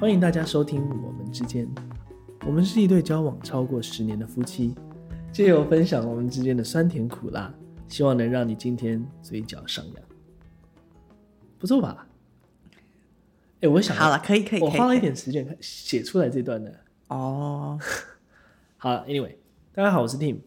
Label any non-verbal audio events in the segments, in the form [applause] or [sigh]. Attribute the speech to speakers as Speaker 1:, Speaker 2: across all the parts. Speaker 1: 欢迎大家收听《我们之间》，我们是一对交往超过十年的夫妻，借由分享我们之间的酸甜苦辣，希望能让你今天嘴角上扬，不错吧？哎，我想
Speaker 2: 好了，可以可以，
Speaker 1: 我
Speaker 2: 可以
Speaker 1: 花了一
Speaker 2: 可以
Speaker 1: 点时间看写出来这段的。
Speaker 2: 哦，
Speaker 1: 好了，Anyway，大家好，我是 Tim，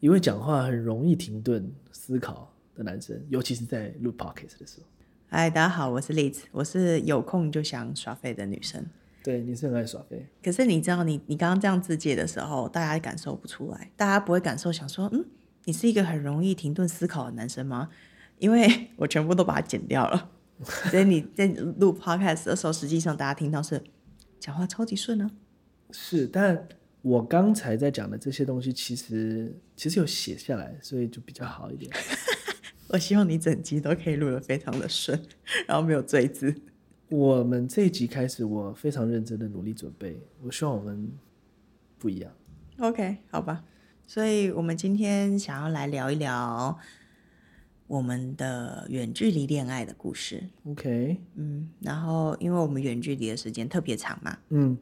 Speaker 1: 一位讲话很容易停顿思考的男生，尤其是在录 Podcast 的时候。
Speaker 2: 嗨，哎大家好，我是 Liz，我是有空就想耍废的女生。
Speaker 1: 对，你是很爱耍飞，
Speaker 2: 可是你知道你，你刚刚这样自介的时候，大家感受不出来，大家不会感受想说，嗯，你是一个很容易停顿思考的男生吗？因为 [laughs] 我全部都把它剪掉了，所以你在录 podcast 的时候，实际上大家听到是讲话超级顺啊。
Speaker 1: 是，但我刚才在讲的这些东西，其实其实有写下来，所以就比较好一点。
Speaker 2: 我希望你整集都可以录得非常的顺，然后没有赘字。
Speaker 1: 我们这一集开始，我非常认真的努力准备，我希望我们不一样。
Speaker 2: OK，好吧。所以我们今天想要来聊一聊我们的远距离恋爱的故事。
Speaker 1: OK，
Speaker 2: 嗯，然后因为我们远距离的时间特别长嘛，
Speaker 1: 嗯，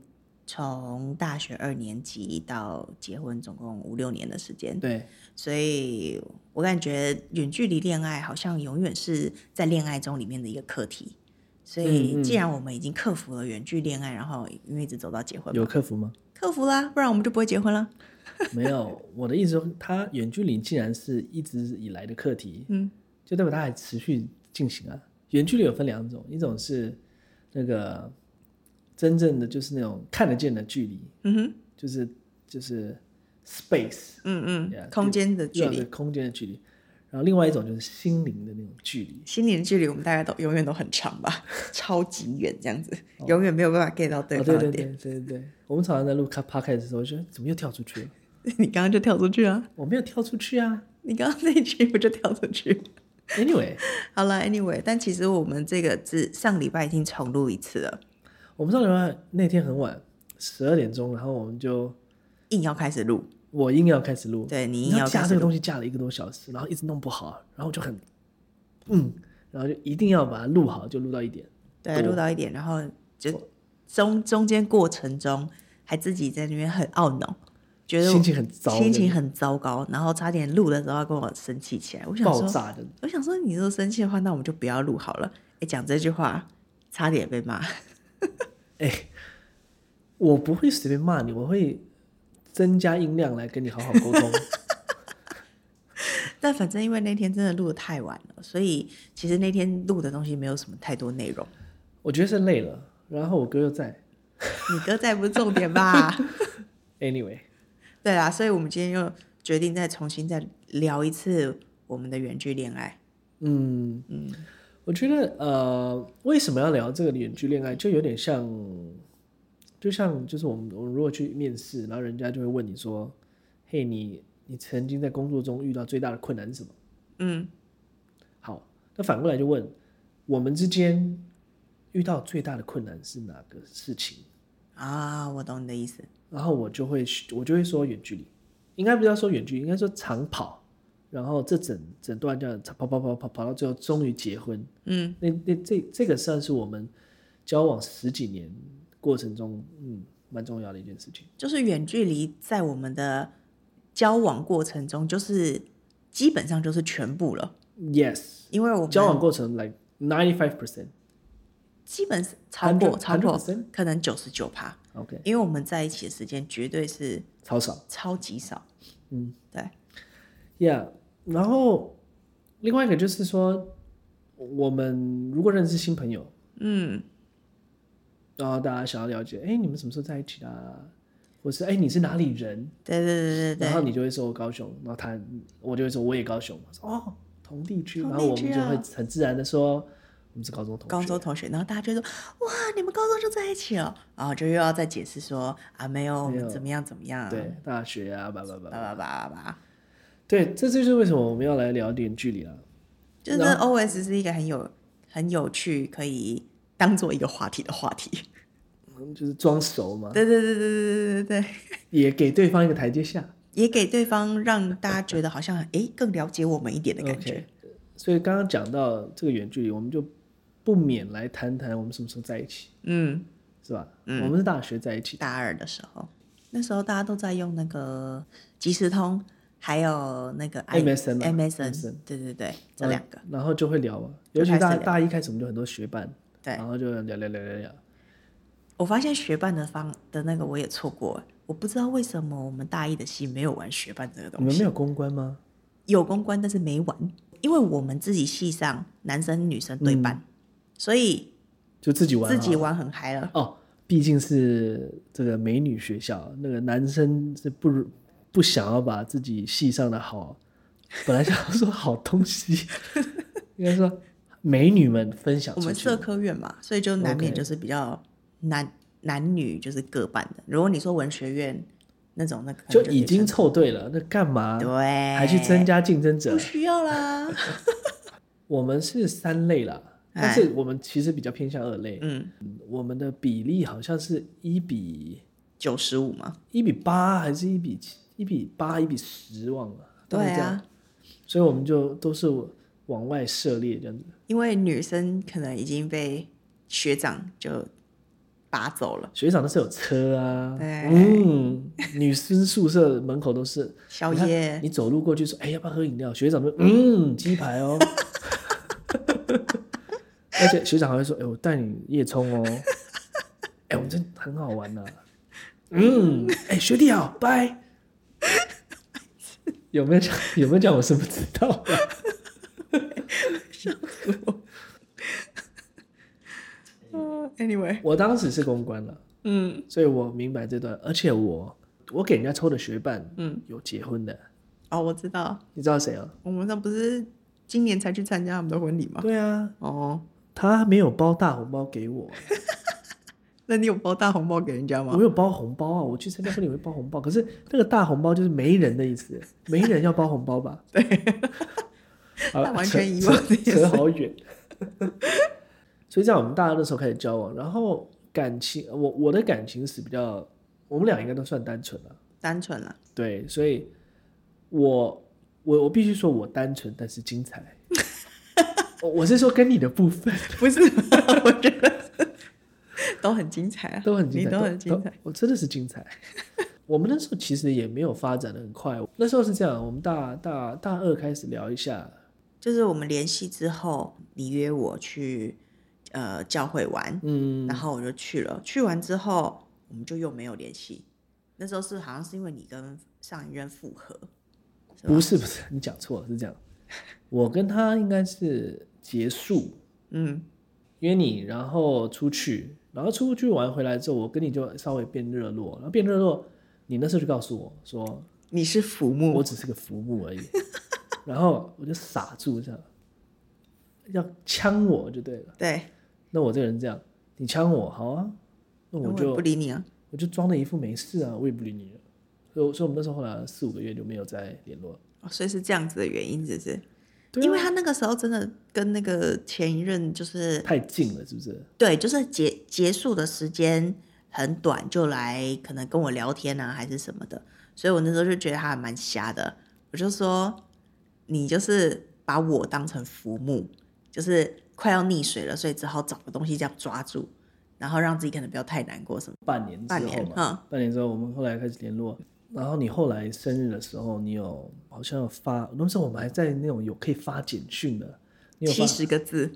Speaker 2: 从大学二年级到结婚，总共五六年的时间，
Speaker 1: 对，
Speaker 2: 所以我感觉远距离恋爱好像永远是在恋爱中里面的一个课题。所以，既然我们已经克服了远距恋爱，然后因为一直走到结婚嘛，
Speaker 1: 有克服吗？
Speaker 2: 克服啦，不然我们就不会结婚了。
Speaker 1: [laughs] 没有，我的意思说，他远距离既然是一直以来的课题，
Speaker 2: 嗯，
Speaker 1: 就代表它还持续进行啊。远距离有分两种，一种是那个真正的就是那种看得见的距离，
Speaker 2: 嗯哼，
Speaker 1: 就是就是 space，
Speaker 2: 嗯
Speaker 1: Yeah，
Speaker 2: 嗯，空间的距
Speaker 1: 要
Speaker 2: 离
Speaker 1: 对，空间的距离。然后另外一种就是心灵的那种距离，
Speaker 2: 心灵的距离，我们大概都永远都很
Speaker 1: [laughs]
Speaker 2: 长吧，超级远这样子，永远没有办法 get 到对
Speaker 1: 哦，
Speaker 2: 方
Speaker 1: 对对
Speaker 2: 的点。
Speaker 1: 对对对对，我们常常在录 p o d c a 的时候，我觉得怎么又跳出去了？
Speaker 2: [laughs] 你刚刚就跳出去啊！ [laughs]
Speaker 1: 我没有跳出去啊。
Speaker 2: 你刚刚那一句不就跳出去？ [laughs]
Speaker 1: Anyway，
Speaker 2: 好了，anyway，但其实我们这个是上礼拜已经重录一次了，
Speaker 1: 我们上礼拜那天很晚，十二点钟，然后我们就
Speaker 2: 硬要开始录。
Speaker 1: 我硬要开始录，
Speaker 2: 对你
Speaker 1: 你
Speaker 2: 硬
Speaker 1: 要
Speaker 2: 要
Speaker 1: 架
Speaker 2: 开
Speaker 1: 这
Speaker 2: 始
Speaker 1: 个
Speaker 2: 录，
Speaker 1: 东西架了一个多小时，然后一直弄不好，然后就很嗯，然后就一定要把它录好，就录到一点。
Speaker 2: 对，录到一点，然后就中中间过程中还自己在那边很懊恼，觉得
Speaker 1: 心情很糟，
Speaker 2: 心情很糟糕，然后差点录的时候要跟我生气起来。我想
Speaker 1: 爆
Speaker 2: 说，
Speaker 1: 炸的。
Speaker 2: 我想说，你如果生气的话，那我们就不要录好了。哎，讲这句话差点被骂。 [laughs]
Speaker 1: 我不会随便骂你，我会增加音量来跟你好好沟
Speaker 2: [laughs]
Speaker 1: 通。
Speaker 2: 但反正因为那天真的录的太晚了，所以其实那天录的东西没有什么太多内容。
Speaker 1: 我觉得是累了，然后我哥又在。
Speaker 2: 你哥在不是重
Speaker 1: [laughs]
Speaker 2: 点吧？
Speaker 1: Anyway，
Speaker 2: 对啦，所以我们今天又决定再重新再聊一次我们的远距恋爱。
Speaker 1: 嗯嗯，我觉得呃，为什么要聊这个远距恋爱，就有点像，就像就是我们我们如果去面试，然后人家就会问你说，嘿，你你曾经在工作中遇到最大的困难是什么？
Speaker 2: 嗯，
Speaker 1: 好，那反过来就问，我们之间遇到最大的困难是哪个事情？
Speaker 2: 啊，我懂你的意思。
Speaker 1: 然后我就会我就会说远距离，应该不要说远距离，应该说长跑。然后这整整段这样跑跑跑跑跑到最后，终于结婚。
Speaker 2: 嗯，
Speaker 1: 那那这这个算是我们交往十几年过程中，嗯，蛮重要的一件事情。
Speaker 2: 就是远距离在我们的交往过程中，就是基本上就是全部了，
Speaker 1: Yes，
Speaker 2: 因为我们
Speaker 1: 交往过程 like ninety five percent，
Speaker 2: 基本是超过
Speaker 1: 100%
Speaker 2: 超过可能九十九趴，
Speaker 1: OK，
Speaker 2: 因为我们在一起的时间绝对是
Speaker 1: 超少。
Speaker 2: 超级少。
Speaker 1: 嗯，
Speaker 2: 对，
Speaker 1: Yeah，然后另外一个就是说，我们如果认识新朋友，
Speaker 2: 嗯，
Speaker 1: 然后大家想要了解，哎，你们什么时候在一起的、啊？或是哎，你是哪里人？
Speaker 2: 对对对对
Speaker 1: 然后
Speaker 2: 对，
Speaker 1: 你就会说我高雄，然后他我就会说我也高雄，我说哦同地区，
Speaker 2: 同
Speaker 1: 然
Speaker 2: 地
Speaker 1: 后我们
Speaker 2: 区
Speaker 1: 就
Speaker 2: 啊
Speaker 1: 会很自然的说我们是高中同学，
Speaker 2: 高中同学，然后大家就说哇，你们高中就在一起了，然后就又要再解释说啊，没有，我
Speaker 1: 没有
Speaker 2: 们怎么样怎么样，
Speaker 1: 对，大学啊，叭叭叭，
Speaker 2: 叭叭叭叭叭，
Speaker 1: 对，这就是为什么我们要来聊点距离了。啊
Speaker 2: 就是这 OS 是一个很有很有趣，可以当做一个话题的话题。 [laughs]
Speaker 1: 嗯就是装熟嘛，
Speaker 2: 对对对对对对对对，
Speaker 1: 也给对方一个台阶下。
Speaker 2: 也给对方让大家觉得好像诶更了解我们一点的感觉。
Speaker 1: OK，所以刚刚讲到这个远距离，我们就不免来谈谈我们什么时候在一起。
Speaker 2: 嗯，
Speaker 1: 是吧？嗯，我们是大学在一起的，
Speaker 2: 大二的时候，那时候大家都在用那个即时通，还有那个 i-
Speaker 1: MSN 嘛
Speaker 2: MSN，
Speaker 1: MSN
Speaker 2: 对对对，
Speaker 1: 嗯
Speaker 2: 这两个，
Speaker 1: 然后就会聊啊，
Speaker 2: 就
Speaker 1: 尤其
Speaker 2: 开始
Speaker 1: 大
Speaker 2: 聊
Speaker 1: 大一开始我们就很多学伴，
Speaker 2: 对
Speaker 1: 然后就聊聊聊聊聊，
Speaker 2: 我发现学伴的方的那个我也错过，我不知道为什么我们大一的系没有玩学伴这个
Speaker 1: 你
Speaker 2: 东
Speaker 1: 们
Speaker 2: 西
Speaker 1: 没，有公关吗？
Speaker 2: 有公关但是没玩，因为我们自己系上男生女生对半，所以
Speaker 1: 就嗯自己玩啊，
Speaker 2: 自己玩很嗨了。
Speaker 1: 哦，毕竟是这个美女学校，那个男生是不如不想要把自己系上的好，本来想要说好东西，应该说美女们分享
Speaker 2: 我
Speaker 1: 出
Speaker 2: 们
Speaker 1: 去
Speaker 2: 社。科院嘛，所以就难免
Speaker 1: OK
Speaker 2: 就是比较男男女就是各半的。如果你说文学院那种，那可能
Speaker 1: 就
Speaker 2: 就
Speaker 1: 已经
Speaker 2: 女
Speaker 1: 凑对了，那干嘛
Speaker 2: 生对，
Speaker 1: 还去增加竞争者
Speaker 2: 不？需要啦。 [laughs]
Speaker 1: 我们是三类啦，
Speaker 2: 哎
Speaker 1: 但是我们其实比较偏向二类。
Speaker 2: 嗯，
Speaker 1: 我们的比例好像是一比
Speaker 2: 九十五嘛，
Speaker 1: 一比八，还是一比七、一比八、一比十，忘了。大概
Speaker 2: 对
Speaker 1: 这样
Speaker 2: 啊，
Speaker 1: 所以我们就都是往外涉猎这样子。
Speaker 2: 因为女生可能已经被学长就拔走了，
Speaker 1: 学长那是有车啊，
Speaker 2: 对
Speaker 1: 嗯，女生宿舍门口都是
Speaker 2: 宵
Speaker 1: 你看
Speaker 2: 夜
Speaker 1: 你走路过去说，哎，要不要喝饮料？学长就嗯，鸡排哦。 [laughs] 而且学长还会说，哎，我带你夜冲哦。哎，我们真很好玩呐、嗯，哎，学弟好，拜。有没有讲？有没有讲？我是不知道的。
Speaker 2: 嗯，anyway，
Speaker 1: 我当时是公关了。
Speaker 2: 嗯，
Speaker 1: 所以我明白这段，而且我我给人家抽的学伴，
Speaker 2: 嗯，
Speaker 1: 有结婚的，
Speaker 2: 哦，我知道，
Speaker 1: 你知道谁啊？
Speaker 2: 我们那不是今年才去参加他们的婚礼吗？
Speaker 1: 对啊，
Speaker 2: 哦，
Speaker 1: 他没有包大红包给我，
Speaker 2: 那你有包大红包给人家吗
Speaker 1: 我？有包红包啊，我去参加婚礼会包红包，可是那个大红包就是没人的意思，没人要包红包
Speaker 2: [laughs]
Speaker 1: 吧？对，好了
Speaker 2: 那完全
Speaker 1: 扯
Speaker 2: 遗忘这件
Speaker 1: 扯扯好远。 [laughs] 所以在我们大二的时候开始交往，然后感情，我我的感情史比较，我们俩应该都算单纯了。
Speaker 2: 单纯啦，
Speaker 1: 对，所以我我我必须说我单纯，但是精
Speaker 2: [laughs]
Speaker 1: 彩。我我是说跟你的部分
Speaker 2: 不是， [laughs] 我觉得 [laughs] 是都很精彩啊，
Speaker 1: 都很精彩，
Speaker 2: 你都很精彩。，
Speaker 1: 我真的是精彩。 [laughs] 我们那时候其实也没有发展的很快，哦那时候是这样，我们大大大二开始聊一
Speaker 2: 啊
Speaker 1: 下，
Speaker 2: 就是我们联系之后，你约我去呃教会玩，
Speaker 1: 嗯，
Speaker 2: 然后我就去了。去完之后，我们就又没有联系。那时候是好像是因为你跟上一任复合，是吧
Speaker 1: 不是不是，你讲错了，是这样，我跟他应该是结束
Speaker 2: 嗯，
Speaker 1: 约你，然后出去，然后出去玩回来之后，我跟你就稍微变热络，然后变热络，你那时候就告诉我说，
Speaker 2: 你是浮木，
Speaker 1: 我只是个浮木而已。然后我就傻住，这样要呛我就对了。
Speaker 2: 对，
Speaker 1: 那我这个人这样，你呛我好啊，那
Speaker 2: 我
Speaker 1: 我
Speaker 2: 也
Speaker 1: 就
Speaker 2: 不理你啊。
Speaker 1: 我就装了一副没事啊，我也不理你了。所以我，所以我们那时候后来四五个月就没有再联络了。
Speaker 2: 哦所以是这样子的原因，只是、
Speaker 1: 对啊
Speaker 2: 因为他那个时候真的跟那个前一任就是
Speaker 1: 啊太近了，是不是？
Speaker 2: 对，就是结结束的时间很短，就来可能跟我聊天啊，还是什么的。所以我那时候就觉得他还蛮瞎的，我就说你就是把我当成浮木，就是快要溺水了，所以只好找个东西这样抓住，然后让自己可能不要太难过什么。
Speaker 1: 半年之
Speaker 2: 半
Speaker 1: 后
Speaker 2: 年嗯
Speaker 1: 嘛，
Speaker 2: 哈，
Speaker 1: 半年之后我们后来开始联络。然后你后来生日的时候，你有好像有发，那时候我们还在那种有可以发简讯的，你有发
Speaker 2: 七十个字，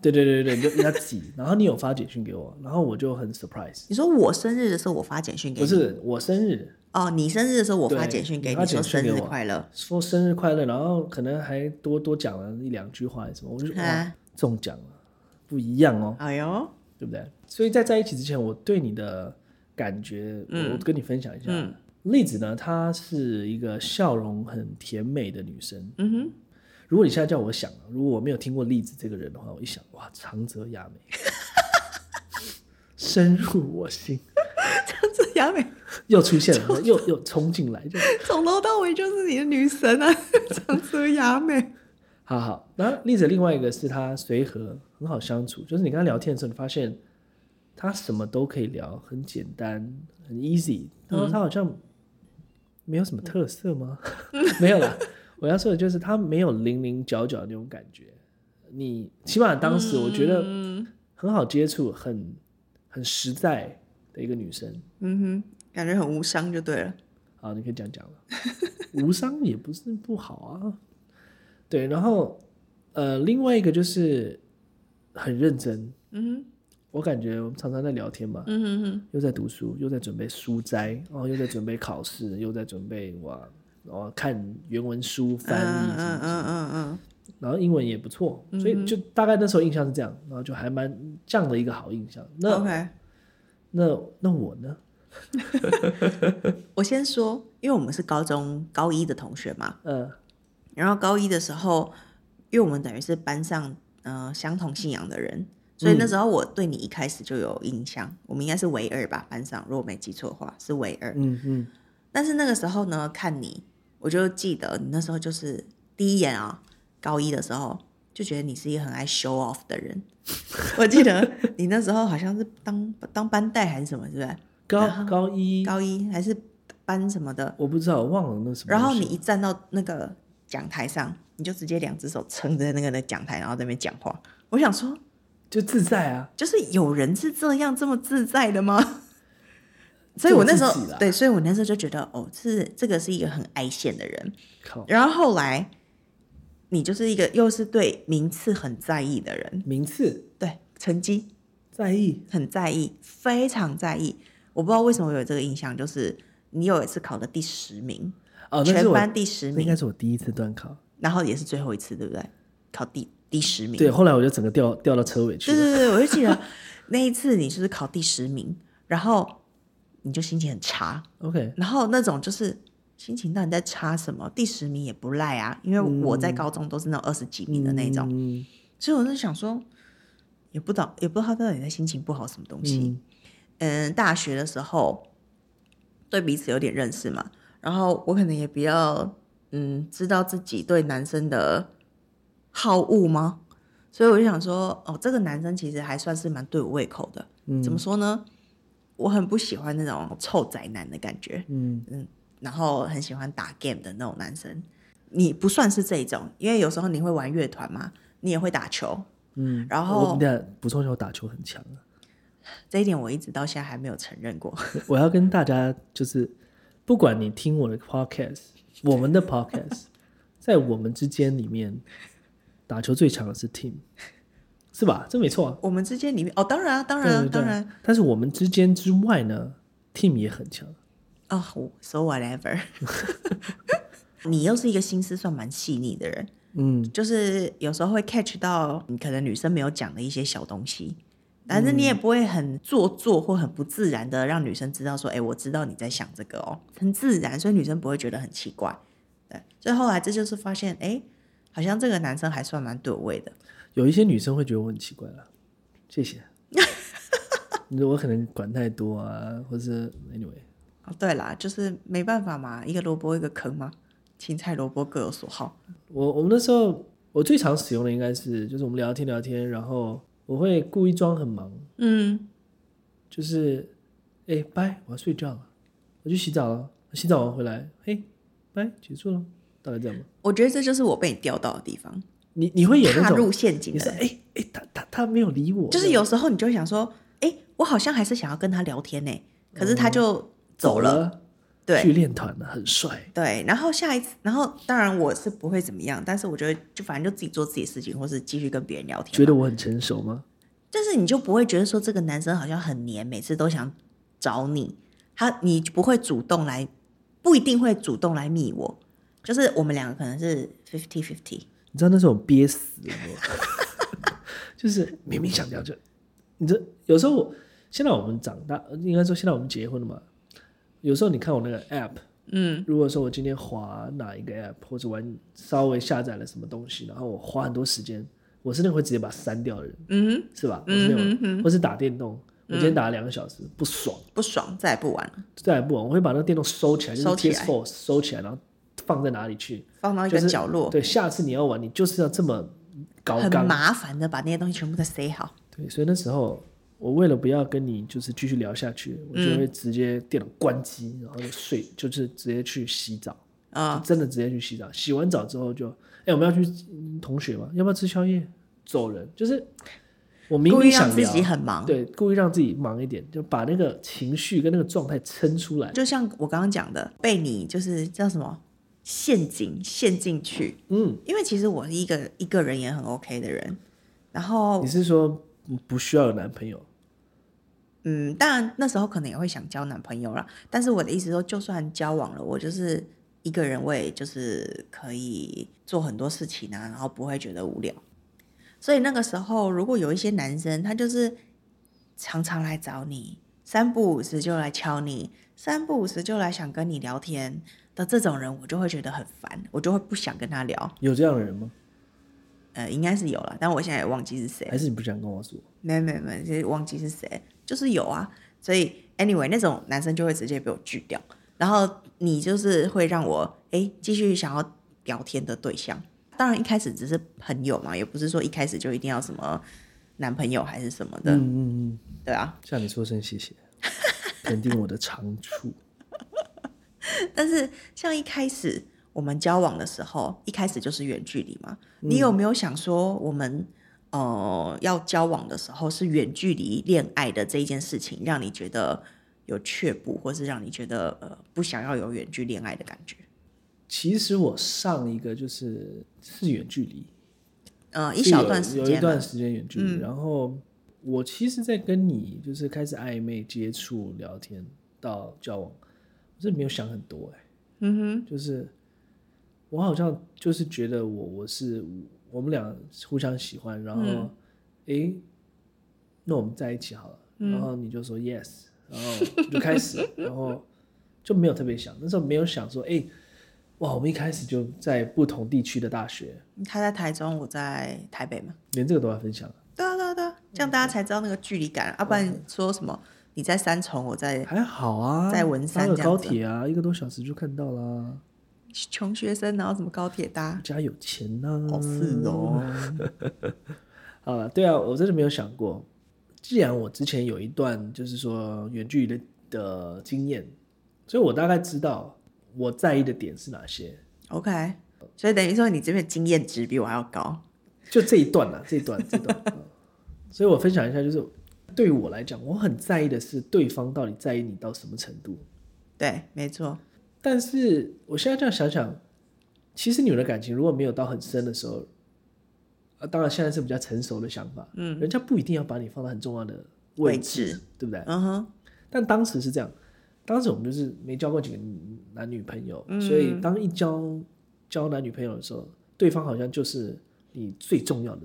Speaker 1: 对对对对，对就要挤。然后你有发简讯给我，然后我就很 surprise，
Speaker 2: 你说我生日的时候我发简讯给
Speaker 1: 不
Speaker 2: 你，
Speaker 1: 是我生日，
Speaker 2: 哦，你生日的时候我发
Speaker 1: 对
Speaker 2: 简讯
Speaker 1: 你
Speaker 2: 给
Speaker 1: 发
Speaker 2: 你说
Speaker 1: 简讯
Speaker 2: 生
Speaker 1: 给
Speaker 2: 日
Speaker 1: 我
Speaker 2: 快乐，
Speaker 1: 说生日快乐，然后可能还多多讲了一两句话还是什么，我就哇
Speaker 2: 啊
Speaker 1: 中奖了，不一样哦，
Speaker 2: 哎呦， [laughs]
Speaker 1: 对不对？所以在在一起之前，我对你的感觉，我跟你分享一下。
Speaker 2: 嗯
Speaker 1: 栗子呢，她是一个笑容很甜美的女生。
Speaker 2: 嗯哼，
Speaker 1: 如果你现在叫我想，如果我没有听过栗子这个人的话，我一想，哇，长泽雅美， [laughs] 深入我心，
Speaker 2: 张子雅美
Speaker 1: 又出现了，又又冲进来，就
Speaker 2: 从头到尾就是你的女神啊， [laughs] 长泽雅美。
Speaker 1: 好好，然后例子另外一个是他随和，很好相处，就是你跟他聊天的时候，你发现他什么都可以聊，很简单，很 easy。然后他好像没有什么特色吗？没有啦，我要说的就是他没有零零角角的那种感觉。你起码当时我觉得
Speaker 2: 嗯
Speaker 1: 很好接触，很很实在的一个女生。
Speaker 2: 嗯哼，感觉很无伤就对了。
Speaker 1: 好，啊你可以这样讲了， [laughs] 无伤也不是不好啊。对，然后呃，另外一个就是很认真。
Speaker 2: 嗯哼，
Speaker 1: 我感觉我们常常在聊天嘛，
Speaker 2: 嗯哼哼，
Speaker 1: 又在读书，又在准备书斋，然、后又在准备考试，又在准备哇，然后看原文书翻译什么
Speaker 2: 嗯嗯嗯嗯嗯，
Speaker 1: 然后英文也不错，所以就大概那时候印象是这样，然后就还蛮这样的一个好印象。那
Speaker 2: OK，
Speaker 1: 那那我呢？
Speaker 2: 我先说，因为我们是高中高一的同学嘛，
Speaker 1: 呃，
Speaker 2: 然后高一的时候，因为我们等于是班上呃相同信仰的人，所以
Speaker 1: 嗯
Speaker 2: 那时候我对你一开始就有印象，我们应该是唯二吧，班上如果没记错的话是唯二。
Speaker 1: 嗯嗯，
Speaker 2: 但是那个时候呢，看你，我就记得你那时候就是第一眼啊，高一的时候就觉得你是一个很爱 show off 的人。 [laughs] 我记得你那时候好像是当当班带还是什么，是不是？
Speaker 1: 高高一，
Speaker 2: 高一还是班什么的？
Speaker 1: 我不知道，我忘了那什么东西。
Speaker 2: 然后你一站到那个讲台上，你就直接两只手撑着那个的讲台，然后在那边讲话。我想说，
Speaker 1: 就自在啊，
Speaker 2: 就是有人是这样这么自在的吗？ [laughs] 所以我那时
Speaker 1: 做
Speaker 2: 候
Speaker 1: 自己啦
Speaker 2: 对，所以我那时候就觉得，哦，是这个是一个很爱现的人。
Speaker 1: 靠，
Speaker 2: 然后后来，你就是一个又是对名次很在意的人，
Speaker 1: 名次
Speaker 2: 对成绩
Speaker 1: 在意，
Speaker 2: 很在意，非常在意。我不知道为什么我有这个印象，就是你有一次考的第十名，
Speaker 1: 哦，那是
Speaker 2: 全
Speaker 1: 我
Speaker 2: 班第十
Speaker 1: 那应该
Speaker 2: 名，
Speaker 1: 是我第一次断考。
Speaker 2: 然后也是最后一次，对不对？考第第十名，
Speaker 1: 对，后来我就整个掉掉到车尾去
Speaker 2: 对
Speaker 1: 了。
Speaker 2: 对对，我就记得那一次你就是考第十名，然后你就心情很差，
Speaker 1: OK，
Speaker 2: 然后那种就是心情到底在差什么？第十名也不赖啊，因为我在高中都是那种二十几名的那种，
Speaker 1: 嗯
Speaker 2: 所以我就想说，也不懂，也不知道他到底在心情不好什么东西
Speaker 1: 嗯。
Speaker 2: 嗯，大学的时候对彼此有点认识嘛，然后我可能也比较嗯知道自己对男生的好恶吗？所以我就想说，哦，这个男生其实还算是蛮对我胃口的。怎么说呢？我很不喜欢那种臭宅男的感觉。
Speaker 1: 嗯，
Speaker 2: 然后很喜欢打 game 的那种男生，你不算是这一种，因为有时候你会玩乐团嘛，你也会打球，嗯，然
Speaker 1: 我
Speaker 2: 后
Speaker 1: 等一下补充一下，我打球很强啊。
Speaker 2: 这一点我一直到现在还没有承认过， [laughs]
Speaker 1: 我要跟大家就是，不管你听我的 podcast，我们的 podcast，在
Speaker 2: [laughs]
Speaker 1: 我们之间里面，打球最强的是 team，是吧？这没错、啊。
Speaker 2: 我们之间里面哦，当然啊，当然啊
Speaker 1: 对对对
Speaker 2: 当然
Speaker 1: 但是我们之间之外呢，team 也很强。
Speaker 2: 啊、我 s o whatever，你又是一个心思算蛮细腻的人，
Speaker 1: 嗯，
Speaker 2: 就是有时候会 catch 到你可能女生没有讲的一些小东西，但是你也不会很做作或很不自然的让女生知道说，哎、我知道你在想这个哦，很自然，所以女生不会觉得很奇怪。对，所以后来这就是发现，哎、好像这个男生还算蛮对味的。
Speaker 1: 有一些女生会觉得我很奇怪了，谢谢。 [laughs] 你说我可能管太多啊，或是 anyway，
Speaker 2: 哦，对啦，就是没办法嘛，一个萝卜一个坑嘛，青菜萝卜各有所好。
Speaker 1: 我我们那时候我最常使用的应该是就是我们聊天聊天，然后我会故意装很忙，
Speaker 2: 嗯，
Speaker 1: 就是，哎，拜，我要睡觉了，我去洗澡了，洗澡完回来，嘿，拜，结束了，大概这样吧。
Speaker 2: 我觉得这就是我被你钓到的地方，
Speaker 1: 你你会有那
Speaker 2: 踏
Speaker 1: 种，
Speaker 2: 入陷阱
Speaker 1: 你
Speaker 2: 的
Speaker 1: 是
Speaker 2: 人。
Speaker 1: 哎哎，他他他没有理我，
Speaker 2: 就是有时候你就会想说，哎、我好像还是想要跟他聊天呢、可是他就走
Speaker 1: 哦走
Speaker 2: 了。
Speaker 1: 了，去
Speaker 2: 对
Speaker 1: 练团了，很帅，
Speaker 2: 对，然后下一次，然后当然我是不会怎么样，但是我觉得就反正就自己做自己的事情，或是继续跟别人聊天
Speaker 1: 觉
Speaker 2: 嘛。
Speaker 1: 得我很成熟吗？
Speaker 2: 但是你就不会觉得说这个男生好像很黏，每次都想找你，他你不会主动来，不一定会主动来密我。就是我们两个可能是 fifty fifty，
Speaker 1: 你知道那时候我憋死了吗， [laughs] 就是明明想聊就，你这有时候我现在我们长大，应该说现在我们结婚了嘛，有时候你看我那个 app，
Speaker 2: 嗯，
Speaker 1: 如果说我今天滑哪一个 app 或者玩稍微下载了什么东西，然后我花很多时间，我是那个会直接把它删掉的人，
Speaker 2: 嗯，
Speaker 1: 是吧？我是那种，或是打电动，我今天打了两个小时不爽，
Speaker 2: 不爽，再也不玩了，
Speaker 1: 再也不玩，我会把那个电动收起来，就是
Speaker 2: 收起来
Speaker 1: PS4 收起来，然后放在哪里去？
Speaker 2: 放到一
Speaker 1: 就
Speaker 2: 个
Speaker 1: 是
Speaker 2: 角落，
Speaker 1: 对，下次你要玩，你就是要这么高
Speaker 2: 哦很
Speaker 1: 纲。
Speaker 2: 麻烦的把那些东西全部都塞好。
Speaker 1: 对，所以那时候我为了不要跟你就是继续聊下去，我
Speaker 2: 嗯
Speaker 1: 就会直接电脑关机，然后就睡，就是直接去洗澡。
Speaker 2: 啊、
Speaker 1: 就真的直接去洗澡。洗完澡之后就，哎、我们要去嗯同学嘛，要不要吃宵夜？走人，就是我明
Speaker 2: 故
Speaker 1: 明
Speaker 2: 意让
Speaker 1: 想
Speaker 2: 自
Speaker 1: 聊，
Speaker 2: 己很忙。
Speaker 1: 对，故意让自己忙一点，就把那个情绪跟那个状态撑出来。
Speaker 2: 就像我刚刚讲的，被你就是叫什么陷阱陷进去。
Speaker 1: 嗯，
Speaker 2: 因为其实我是一个一个人也很 OK 的人，然后
Speaker 1: 你是说嗯不需要有男朋友？
Speaker 2: 嗯，当然那时候可能也会想交男朋友啦，但是我的意思说，就算交往了，我就是一个人，我也就是可以做很多事情啊，然后不会觉得无聊。所以那个时候，如果有一些男生，他就是常常来找你，三不五时就来敲你，三不五时就来想跟你聊天的这种人，我就会觉得很烦，我就会不想跟他聊。
Speaker 1: 有这样的人吗？
Speaker 2: 呃，应该是有了，但我现在也忘记是谁了
Speaker 1: 还是你不想跟我说？
Speaker 2: 没没没，其实忘记是谁，就是有啊。所以 anyway，那种男生就会直接被我拒掉，然后你就是会让我哎继续想要聊天的对象。当然一开始只是朋友嘛，也不是说一开始就一定要什么男朋友还是什么的，
Speaker 1: 嗯嗯嗯，
Speaker 2: 对啊。
Speaker 1: 向你说声谢
Speaker 2: [laughs]
Speaker 1: 谢，肯定我的长处。
Speaker 2: 但是像一开始我们交往的时候，一开始就是远距离嘛，
Speaker 1: 嗯
Speaker 2: 你有没有想说我们？呃，要交往的时候是远距离恋爱的这一件事情，让你觉得有却步，或是让你觉得呃不想要有远距恋爱的感觉。
Speaker 1: 其实我上一个就是是远距离，
Speaker 2: 呃，一
Speaker 1: 是
Speaker 2: 小
Speaker 1: 有
Speaker 2: 段时
Speaker 1: 有一
Speaker 2: 间嗯嘛
Speaker 1: 段，时间远距离。然后我其实，在跟你就是开始暧昧接触、聊天到交往，我是没有想很多哎、
Speaker 2: 嗯
Speaker 1: 就是我好像就是觉得我我是我们俩互相喜欢，然后
Speaker 2: 嗯
Speaker 1: 诶，那我们在一起好了，
Speaker 2: 嗯
Speaker 1: 然后你就说 yes，然后就开始了，然后就没有特别想，那时候没有想说诶，哇，我们一开始就在不同地区的大学，
Speaker 2: 哼，他在台中，我在台北嘛。
Speaker 1: 连这个都要分享。
Speaker 2: 对啊，对啊，对啊，这样大家才知道那个距离感，要、
Speaker 1: 嗯
Speaker 2: 啊不然说什么你在三重，我在
Speaker 1: 还好啊，
Speaker 2: 在文
Speaker 1: 搭
Speaker 2: 山这
Speaker 1: 个
Speaker 2: 样
Speaker 1: 高
Speaker 2: 子
Speaker 1: 铁啊，一个多小时就看到啦。
Speaker 2: 穷学生，然后什么高铁搭，
Speaker 1: 家有钱呐、
Speaker 2: 哦是哦，
Speaker 1: 好了，对啊，我真的没有想过，既然我之前有一段就是说远距离的的经验，所以我大概知道我在意的点是哪些。
Speaker 2: OK，所以等于说你这边经验值比我还要高。
Speaker 1: 就这一段啦， [laughs] 这一段，这一段。嗯所以我分享一下，就是对于我来讲，我很在意的是对方到底在意你到什么程度。
Speaker 2: 对，没错，
Speaker 1: 但是我现在这样想想，其实你们的感情如果没有到很深的时候，啊，当然现在是比较成熟的想法，嗯，人家不一定要把你放到很重要的位置，
Speaker 2: 位
Speaker 1: 对不对？
Speaker 2: 嗯哼，
Speaker 1: 但当时是这样，当时我们就是没交过几个男女朋友，
Speaker 2: 嗯
Speaker 1: 所以当一交交男女朋友的时候，对方好像就是你最重要的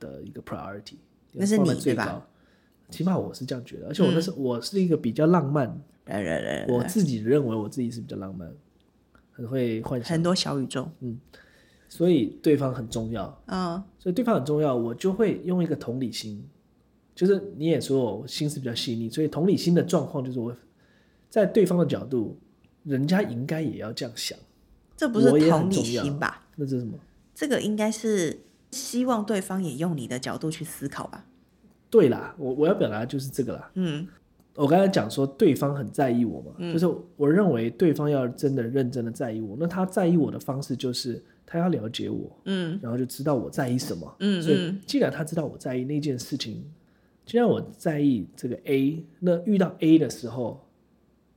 Speaker 1: 的一个 priority，
Speaker 2: 那是
Speaker 1: 放在
Speaker 2: 你
Speaker 1: 最
Speaker 2: 对吧嗯
Speaker 1: 高。起码我是这样觉得，而且我那时候、我是一个比较浪漫，
Speaker 2: 来来来来
Speaker 1: 我自己认为我自己是比较浪漫，很会幻
Speaker 2: 来，
Speaker 1: 想，
Speaker 2: 很多小宇宙，
Speaker 1: 所以对方很重要，
Speaker 2: 嗯，
Speaker 1: 所以对方很重要，我就会用一个同理心，就是你也说我心思比较细腻，所以同理心的状况就是我在对方的角度，人家应该也要这样想，
Speaker 2: 这不
Speaker 1: 我也
Speaker 2: 是
Speaker 1: 很
Speaker 2: 同理
Speaker 1: 重要
Speaker 2: 心吧？
Speaker 1: 那这是什么？
Speaker 2: 这个应该是希望对方也用你的角度去思考吧。
Speaker 1: 对啦，我我要表达的就是这个啦。
Speaker 2: 嗯，
Speaker 1: 我刚才讲说对方很在意我嘛，就是我认为对方要真的认真的在意我，那他在意我的方式就是他要了解我，
Speaker 2: 嗯，
Speaker 1: 然后就知道我在意什么，
Speaker 2: 嗯
Speaker 1: 所以既然他知道我在意那件事情，既然我在意这个 A，那遇到 A 的时候，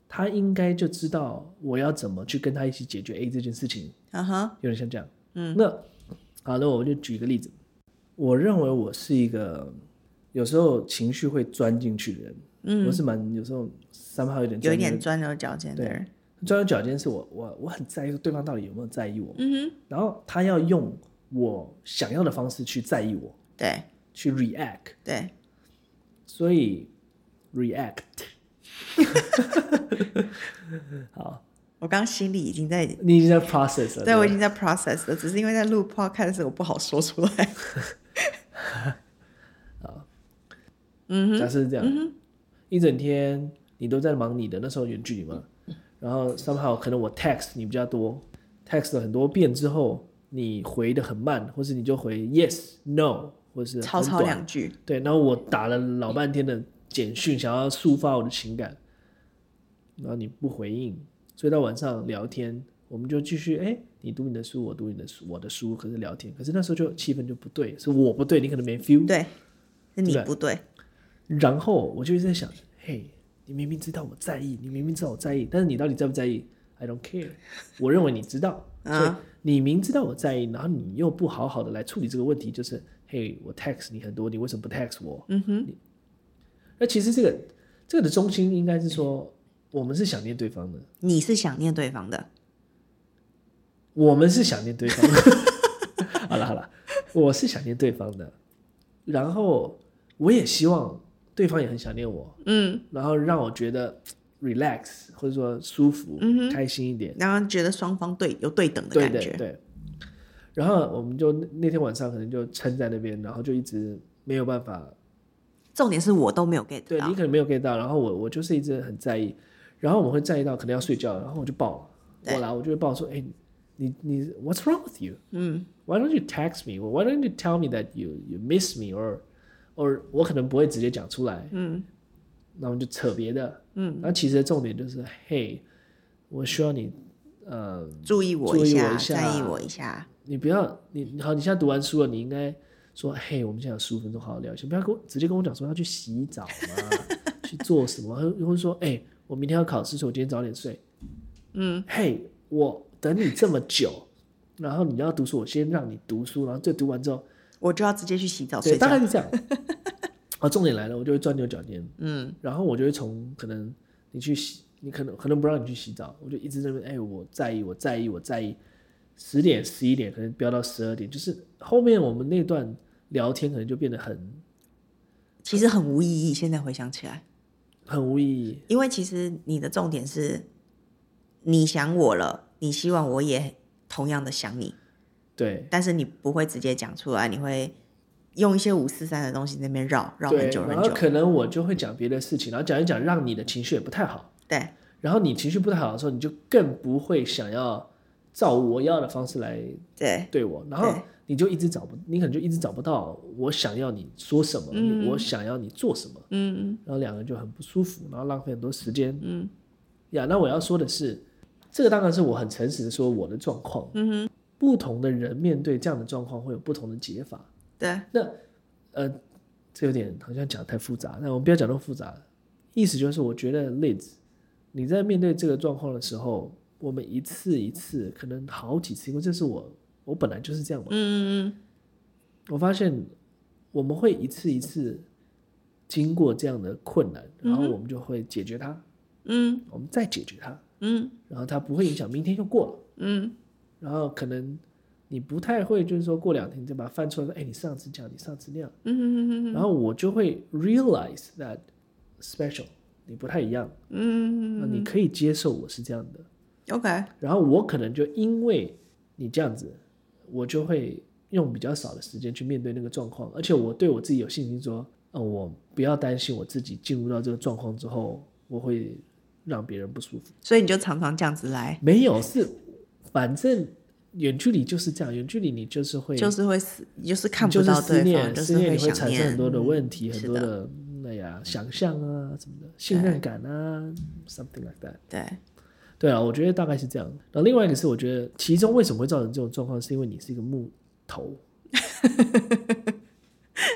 Speaker 1: 他应该就知道我要怎么去跟他一起解决 A 这件事情，
Speaker 2: 啊哈，
Speaker 1: 有点像这样，嗯，那好，那我就举一个例子，我认为我是一个有时候情绪会钻进去的人，嗯，我是蛮有时候三号有点
Speaker 2: 有
Speaker 1: 进
Speaker 2: 一点钻牛角尖的人，
Speaker 1: 钻牛角尖，是我我我很在意对方到底有没有在意我，
Speaker 2: 嗯
Speaker 1: 然后他要用我想要的方式去在意我，
Speaker 2: 哼，对
Speaker 1: 去 react，
Speaker 2: 对，
Speaker 1: 所以 react
Speaker 2: 我刚刚心里已经在，
Speaker 1: 你已经在 process 了，
Speaker 2: 对我已
Speaker 1: 吧
Speaker 2: 经在 process 了，只是因为在录 podcast 我不好说出来。嗯
Speaker 1: 假设是这样，一整天你都在忙你的，那时候远距离嘛，然后 somehow 可能我 text 你比较多，text 了很多遍之后，你回的很慢，或是你就回 yes no，或
Speaker 2: [laughs]
Speaker 1: 是很
Speaker 2: 吵吵
Speaker 1: 短
Speaker 2: 两句，
Speaker 1: 对，然后我打了老半天的简讯，想要抒发我的情感，然后你不回应，所以到晚上聊天，我们就继续，哎，你读你的书，我读你的书，我的书，可是聊天，可是那时候就气氛就不对，是我不对，你可能没 feel，
Speaker 2: 对，是你不对，
Speaker 1: 然后我就一直在想，嘿，你明明知道我在意，你明明知道我在意，但是你到底在不在意？I don't care。我 [laughs] 认为你知道，所以
Speaker 2: 啊
Speaker 1: 你明知道我在意，然后你又不好好的来处理这个问题，就是嘿，我 tax 你很多，你为什么不 tax 我？嗯哼。那其实这个这个的中心应该是说，我们是想念对方的，
Speaker 2: 你是想念对方的，
Speaker 1: 我们是想念对方的。 [laughs] 好了好了，我是想念对方的，然后我也希望对方也很想念我，
Speaker 2: 嗯，
Speaker 1: 然后让我觉得 relax 或者说舒服、开心一点。
Speaker 2: 然后觉得双方对有对嗯等的
Speaker 1: 对
Speaker 2: 感
Speaker 1: 对
Speaker 2: 觉，
Speaker 1: 对。然后我们就那那天晚上可能就撑在那边，然后就一直没有办法，
Speaker 2: 重点是我都没有 get
Speaker 1: 对
Speaker 2: 到
Speaker 1: 你，可能没有 get 到，然后我我就是一直很在意，然后我会在意到可能要睡觉了，然后我就爆了，
Speaker 2: 对
Speaker 1: 我来我就会爆说，哎，你你 What's wrong with you？
Speaker 2: 嗯
Speaker 1: Why don't you text me? Why don't you tell me that you you miss me or or 我可能不会直接讲出来，
Speaker 2: 嗯
Speaker 1: 那我们就扯别的。
Speaker 2: 嗯，
Speaker 1: 那其实重点就是，嘿，我需要你，呃，
Speaker 2: 注意我
Speaker 1: 注意我
Speaker 2: 一下，
Speaker 1: 一下
Speaker 2: 在意我一下，
Speaker 1: 你不要你好，你现在读完书了，你应该说，嘿，我们现在有十五分钟好好聊一下，不要跟我直接跟我讲说要去洗澡啊，去做什么，或或者说，哎，我明天要考试，所以我今天早点睡。
Speaker 2: 嗯，
Speaker 1: 嘿，我等你这么久，然后你要读书，我先让你读书，然后这读完之后。
Speaker 2: 我就要直接去洗澡
Speaker 1: 对，
Speaker 2: 睡
Speaker 1: 大概
Speaker 2: 觉，
Speaker 1: 是
Speaker 2: [laughs]
Speaker 1: 这样。啊，重点来了，我就会钻牛角尖，
Speaker 2: 嗯
Speaker 1: 然后我就会从可能你去洗，你可能可能不让你去洗澡，我就一直在那边，哎，我在意，我在意，我在意，十点、十一点，可能飙到十二点，就是后面我们那段聊天可能就变得很
Speaker 2: 其实很无意义，现在回想起来，
Speaker 1: 很无意义。
Speaker 2: 因为其实你的重点是你想我了，你希望我也同样的想你，
Speaker 1: 对，
Speaker 2: 但是你不会直接讲出来，你会用一些五四三的东西在那边绕绕
Speaker 1: 对
Speaker 2: 很，久
Speaker 1: 然
Speaker 2: 很
Speaker 1: 后
Speaker 2: 久，
Speaker 1: 可能我就会讲别的事情，然后讲一讲，让你的情绪也不太好。
Speaker 2: 对
Speaker 1: 然后你情绪不太好的时候，你就更不会想要照我要的方式来
Speaker 2: 对
Speaker 1: 对我，然后
Speaker 2: 对
Speaker 1: 你就一直找不，你可能就一直找不到我想要你说什么，
Speaker 2: 嗯
Speaker 1: 我想要你做什么，
Speaker 2: 嗯
Speaker 1: 然后两个人就很不舒服，然后浪费很多时间
Speaker 2: 嗯
Speaker 1: 呀。那我要说的是，这个当然是我很诚实的说我的状况，
Speaker 2: 嗯哼，
Speaker 1: 不同的人面对这样的状况会有不同的解法。
Speaker 2: 对，
Speaker 1: 呃，这有点好像讲太复杂，那我们不要讲那么复杂。意思就是，我觉得 Liz，你在面对这个状况的时候，我们一次一次，可能好几次，因为这是我我本来就是这样嘛。
Speaker 2: 嗯嗯
Speaker 1: 我发现我们会一次一次经过这样的困难，然后我们就会解决它，
Speaker 2: 嗯
Speaker 1: 我们再解决它，
Speaker 2: 嗯
Speaker 1: 然后它不会影响明天就过了。
Speaker 2: 嗯
Speaker 1: 然后可能你不太会，就是说过两天你再把它翻出来说，哎，你上次这样，你上次那样，
Speaker 2: 嗯嗯
Speaker 1: 然后我就会 realize that special，你不太一样，那
Speaker 2: 嗯
Speaker 1: 你可以接受我是这样的，
Speaker 2: ，OK，
Speaker 1: 然后我可能就因为你这样子，我就会用比较少的时间去面对那个状况，而且我对我自己有信心说，呃，我不要担心我自己进入到这个状况之后，我会让别人不舒服。
Speaker 2: 所以你就常常这样子来，
Speaker 1: 没有，是反正远距离就是这样，远距离你就是会
Speaker 2: 就是会死，就是看
Speaker 1: 你
Speaker 2: 不
Speaker 1: 就是
Speaker 2: 到
Speaker 1: 思
Speaker 2: 对
Speaker 1: 念，
Speaker 2: 方，就
Speaker 1: 思
Speaker 2: 是
Speaker 1: 念你会
Speaker 2: 想
Speaker 1: 产生
Speaker 2: 念
Speaker 1: 很多的问题，
Speaker 2: 嗯
Speaker 1: 很
Speaker 2: 是
Speaker 1: 多
Speaker 2: 的
Speaker 1: 的那呀想象啊什么的，信任感啊，something like that。
Speaker 2: 对，
Speaker 1: 对啊，我觉得大概是这样。然后另外一个是，我觉得其中为什么会造成这种状况，是因为你是一个木头。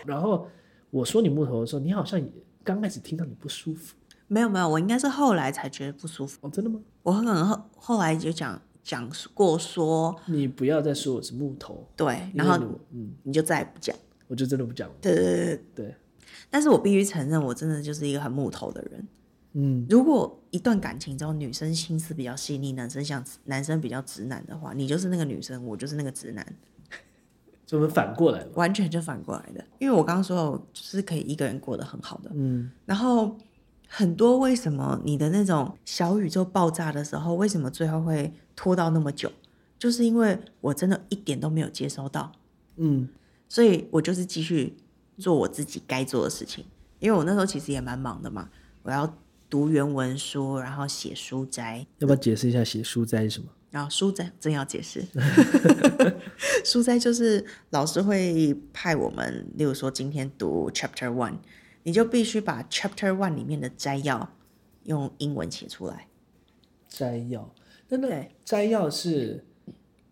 Speaker 1: 然后我说你木头的时候，你好像也刚开始听到你不舒服
Speaker 2: 没有没有，我应该是后来才觉得不舒服，
Speaker 1: 哦，真的吗？
Speaker 2: 我可能后后来就讲讲过说
Speaker 1: 你不要再说我是木头，
Speaker 2: 对，
Speaker 1: 因为
Speaker 2: 然后
Speaker 1: 你嗯，
Speaker 2: 你就再也不讲，
Speaker 1: 我就真的不讲了。
Speaker 2: 对对对对。
Speaker 1: 对，
Speaker 2: 但是我必须承认，我真的就是一个很木头的人。
Speaker 1: 嗯，
Speaker 2: 如果一段感情中女生心思比较细腻，男生像男生比较直男的话，你就是那个女生，我就是那个直男，
Speaker 1: 所以我们反过来嘛，
Speaker 2: 完全就反过来的。因为我刚刚说了，我就是可以一个人过得很好的。
Speaker 1: 嗯，
Speaker 2: 然后很多为什么你的那种小宇宙爆炸的时候，为什么最后会拖到那么久，就是因为我真的一点都没有接收到。
Speaker 1: 嗯，
Speaker 2: 所以我就是继续做我自己该做的事情，因为我那时候其实也蛮忙的嘛，我要读原文书，然后写书摘，
Speaker 1: 嗯要不要解释一下写书斋是什么？
Speaker 2: 然后书斋真要解释，书斋就是老师会派我们，例如说今天读 Chapter One，你就必须把 Chapter One 里面的摘要用英文写出来，
Speaker 1: 摘要，那那
Speaker 2: 对
Speaker 1: 摘要是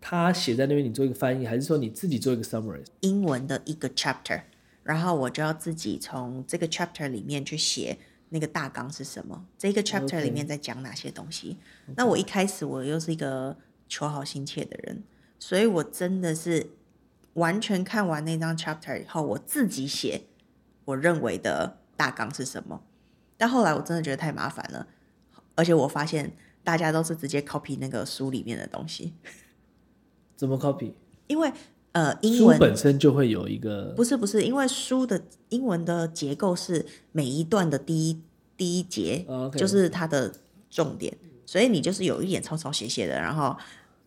Speaker 1: 他写在那边，你做一个翻译，还是说你自己做一个 summary？
Speaker 2: 英文的一个 chapter，然后我就要自己从这个 chapter 里面去写那个大纲是什么，这个 chapter
Speaker 1: OK
Speaker 2: 里面在讲哪些东西。那我一开始我又是一个求好心切的人，所以我真的是完全看完那张 chapter 以后，我自己写我认为的大纲是什么。但后来我真的觉得太麻烦了，而且我发现大家都是直接 copy 那个书里面的东西，
Speaker 1: 怎么 copy？
Speaker 2: 因为呃英
Speaker 1: 书
Speaker 2: 文
Speaker 1: 本身就会有一个
Speaker 2: 不是不是，因为书的英文的结构是每一段的第一第一节
Speaker 1: 哦，OK
Speaker 2: 就是它的重点，所以你就是有一点抄抄写写的，然后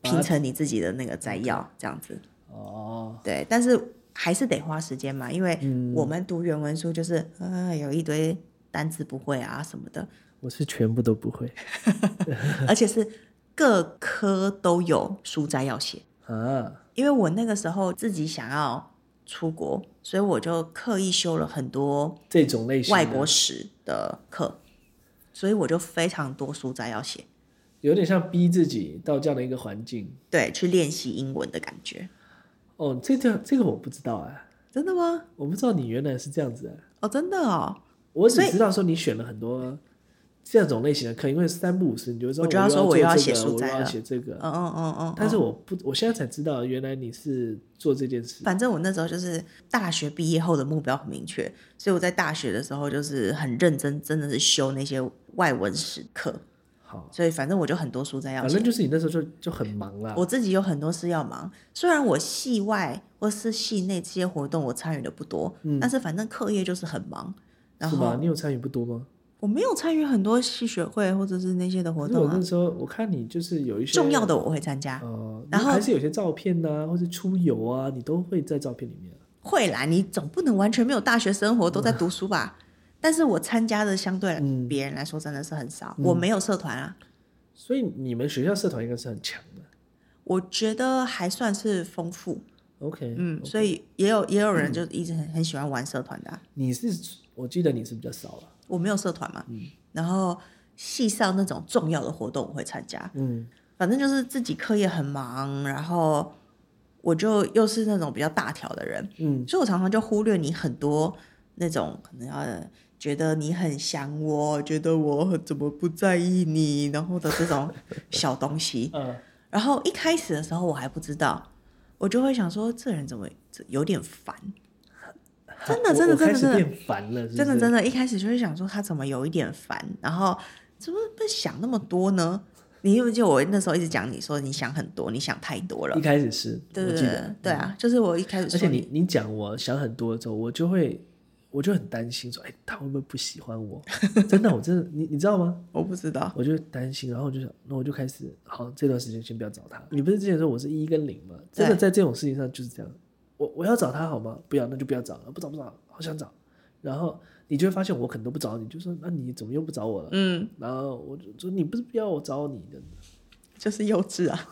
Speaker 2: 拼成你自己的那个摘要这样子。
Speaker 1: 哦，
Speaker 2: 对，但是还是得花时间嘛，因为
Speaker 1: 嗯
Speaker 2: 我们读原文书就是呃有一堆单字不会啊什么的， [laughs]
Speaker 1: 我是全部都不会
Speaker 2: 而且是各科都有书摘要写。
Speaker 1: 啊。
Speaker 2: 因为我那个时候自己想要出国，所以我就刻意修了很多
Speaker 1: 这种类型的
Speaker 2: 外国史的课，所以我就非常多书摘要写，
Speaker 1: 有点像逼自己到这样的一个环境。
Speaker 2: 对，去练习英文的感觉。
Speaker 1: 哦，这个这个我不知道啊，
Speaker 2: 真的吗？
Speaker 1: 我不知道你原来是这样子啊。
Speaker 2: 哦，真的哦。
Speaker 1: 我只
Speaker 2: 所以
Speaker 1: 知道说你选了很多这种类型的课，因为三不五时你就会说
Speaker 2: 我就要
Speaker 1: 要
Speaker 2: 说我又
Speaker 1: 又
Speaker 2: 要写
Speaker 1: 这个
Speaker 2: 书
Speaker 1: 我
Speaker 2: 斋
Speaker 1: 又要
Speaker 2: 了
Speaker 1: 写这个。
Speaker 2: 嗯嗯嗯嗯。
Speaker 1: 但是
Speaker 2: 嗯
Speaker 1: 我不，我现在才知道，原来你是做这件事。
Speaker 2: 反正我那时候就是大学毕业后的目标很明确，所以我在大学的时候就是很认真，真的是修那些外文史课。
Speaker 1: 好，
Speaker 2: 所以反正我就很多书摘要
Speaker 1: 反
Speaker 2: 写
Speaker 1: 正。就是你那时候就就很忙啦。
Speaker 2: 我自己有很多事要忙，虽然我系外或是系内这些活动我参与的不多，但是反正课业就是很忙。然
Speaker 1: 嗯是吗？
Speaker 2: 后
Speaker 1: 你有参与不多吗？
Speaker 2: 我没有参与很多系学会或者是那些的活
Speaker 1: 因为我
Speaker 2: 动啊
Speaker 1: 那，时候我看你就是有一些
Speaker 2: 重要的我会参加。
Speaker 1: 呃，
Speaker 2: 然
Speaker 1: 你
Speaker 2: 后
Speaker 1: 还是有些照片呐、或是出游啊，你都会在照片里面啊、
Speaker 2: 会啦，你总不能完全没有大学生活都在读书吧？但是我参加的相对
Speaker 1: 嗯
Speaker 2: 别人来说真的是很少，我没有社团啊，
Speaker 1: 所以你们学校社团应该是很强的。
Speaker 2: 我觉得还算是丰富，
Speaker 1: OK，嗯
Speaker 2: 嗯，所以也有也有人就一直很很喜欢玩社团的啊、
Speaker 1: 你是我记得你是比较少啊了。
Speaker 2: 我没有社团嘛，
Speaker 1: 嗯
Speaker 2: 然后系上那种重要的活动我会参加，
Speaker 1: 嗯，
Speaker 2: 反正就是自己课业很忙，然后我就又是那种比较大条的人，
Speaker 1: 嗯，
Speaker 2: 所以我常常就忽略你很多那种可能要觉得你很想我，觉得我很怎么不在意你，然后的这种
Speaker 1: [laughs]
Speaker 2: 小东西。
Speaker 1: 呃，
Speaker 2: 然后一开始的时候我还不知道，我就会想说这人怎么这有
Speaker 1: [laughs]
Speaker 2: 点烦，真的
Speaker 1: 我
Speaker 2: 真的
Speaker 1: 我开
Speaker 2: 真的
Speaker 1: 始
Speaker 2: 真的
Speaker 1: 变烦了，是不是
Speaker 2: 真的真的，一开始就会想说他怎么有一点烦，然后怎么不想那么多呢？你记不记得我那时候一直讲你说你想很多，你想太多了
Speaker 1: 一，开始是，
Speaker 2: 对
Speaker 1: 我
Speaker 2: 对
Speaker 1: 记得嗯
Speaker 2: 对，对啊，就是我一开始
Speaker 1: 而且
Speaker 2: 说
Speaker 1: 你你讲我想很多之后，我就会我就很担心说，哎，他会不会不喜欢我？ [laughs] 真的，我真的，你你知道吗？
Speaker 2: 我不知道，
Speaker 1: 我就担心，然后我就想，那我就开始，好，这段时间先不要找他。你不是之前说我是一跟零吗？真的
Speaker 2: 对
Speaker 1: 在这种事情上就是这样，我我要找他好吗？不要，那就不要找了，不找不找，好想找。然后你就会发现我可能都不找你，就说那你怎么又不找我了？
Speaker 2: 嗯，
Speaker 1: 然后我就说你不是不要我找你的，
Speaker 2: 就是幼稚啊。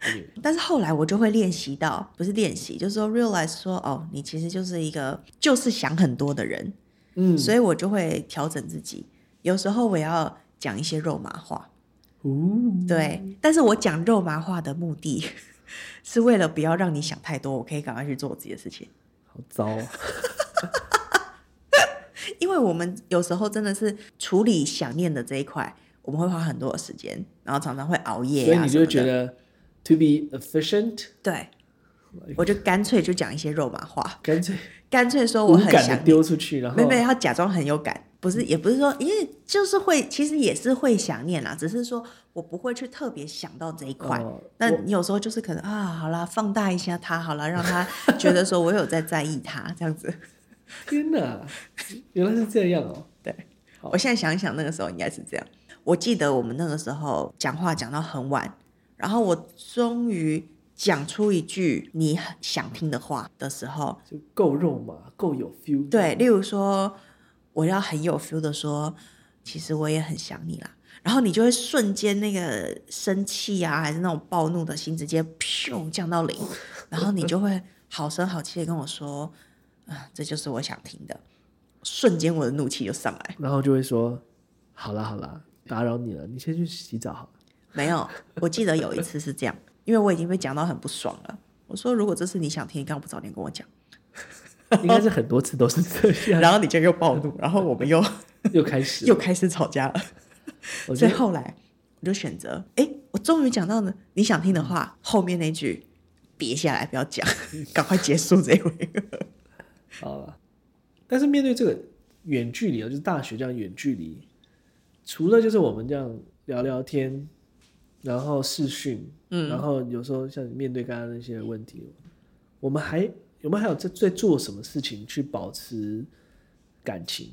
Speaker 1: Anyway
Speaker 2: 但是后来我就会练习到，不是练习，就是说 realize 说哦，你其实就是一个就是想很多的人，
Speaker 1: 嗯，
Speaker 2: 所以我就会调整自己，有时候我要讲一些肉麻话，
Speaker 1: 哦，
Speaker 2: 对，但是我讲肉麻话的目的 [laughs] 是为了不要让你想太多，我可以赶快去做我自己的事情。
Speaker 1: 好糟啊、
Speaker 2: 因为我们有时候真的是处理想念的这一块，我们会花很多的时间，然后常常会熬夜
Speaker 1: 所以
Speaker 2: 啊
Speaker 1: 你
Speaker 2: 什
Speaker 1: 就
Speaker 2: 么
Speaker 1: 会觉
Speaker 2: 的。
Speaker 1: 得 to be efficient，
Speaker 2: 对，我就干脆就讲一些肉麻话，
Speaker 1: 干脆
Speaker 2: 干脆哦说我
Speaker 1: 无
Speaker 2: 很
Speaker 1: 感的
Speaker 2: 想你，
Speaker 1: 丢出去，然后
Speaker 2: 没没要假装很有感。不是，也不是说，因为就是会，其实也是会想念啦，只是说我不会去特别想到这一块。
Speaker 1: 哦
Speaker 2: 那你有时候就是可能啊，好啦，放大一下他，好啦，让他觉得说我有在在意他这样子。 [laughs]
Speaker 1: 天哪，原来是这样哦。
Speaker 2: 对，我现在想一想，那个时候应该是这样。我记得我们那个时候讲话讲到很晚，然后我终于讲出一句你很想听的话的时候，
Speaker 1: 就够肉麻，够有 feel。
Speaker 2: 对，例如说我要很有 feel 的说，其实我也很想你啦。然后你就会瞬间那个生气啊，还是那种暴怒的心直接咻降到零，然后你就会好声好气的跟我说，啊，这就是我想听的。瞬间我的怒气就上来，
Speaker 1: 然后就会说，好啦好啦，打扰你了，你先去洗澡好了。
Speaker 2: 没有，我记得有一次是这样，因为我已经被讲到很不爽了。我说，如果这是你想听，你干嘛不早点跟我讲？
Speaker 1: 应该是很多次都是这样，
Speaker 2: 然后你就又暴怒，然后我们又 [laughs]
Speaker 1: 又开始了
Speaker 2: 又开始吵架了。
Speaker 1: 我觉
Speaker 2: 所以
Speaker 1: 得
Speaker 2: 后来我就选择，哎，我终于讲到了你想听的话，后面那句别下来，不要讲， [laughs] 赶快结束这一回合。
Speaker 1: 好了。但是面对这个远距离啊，就是大学这样远距离，除了就是我们这样聊聊天，然后视讯，嗯，然后有时候像你面对刚刚那些问题，我们还我们还有在在做什么事情去保持感情？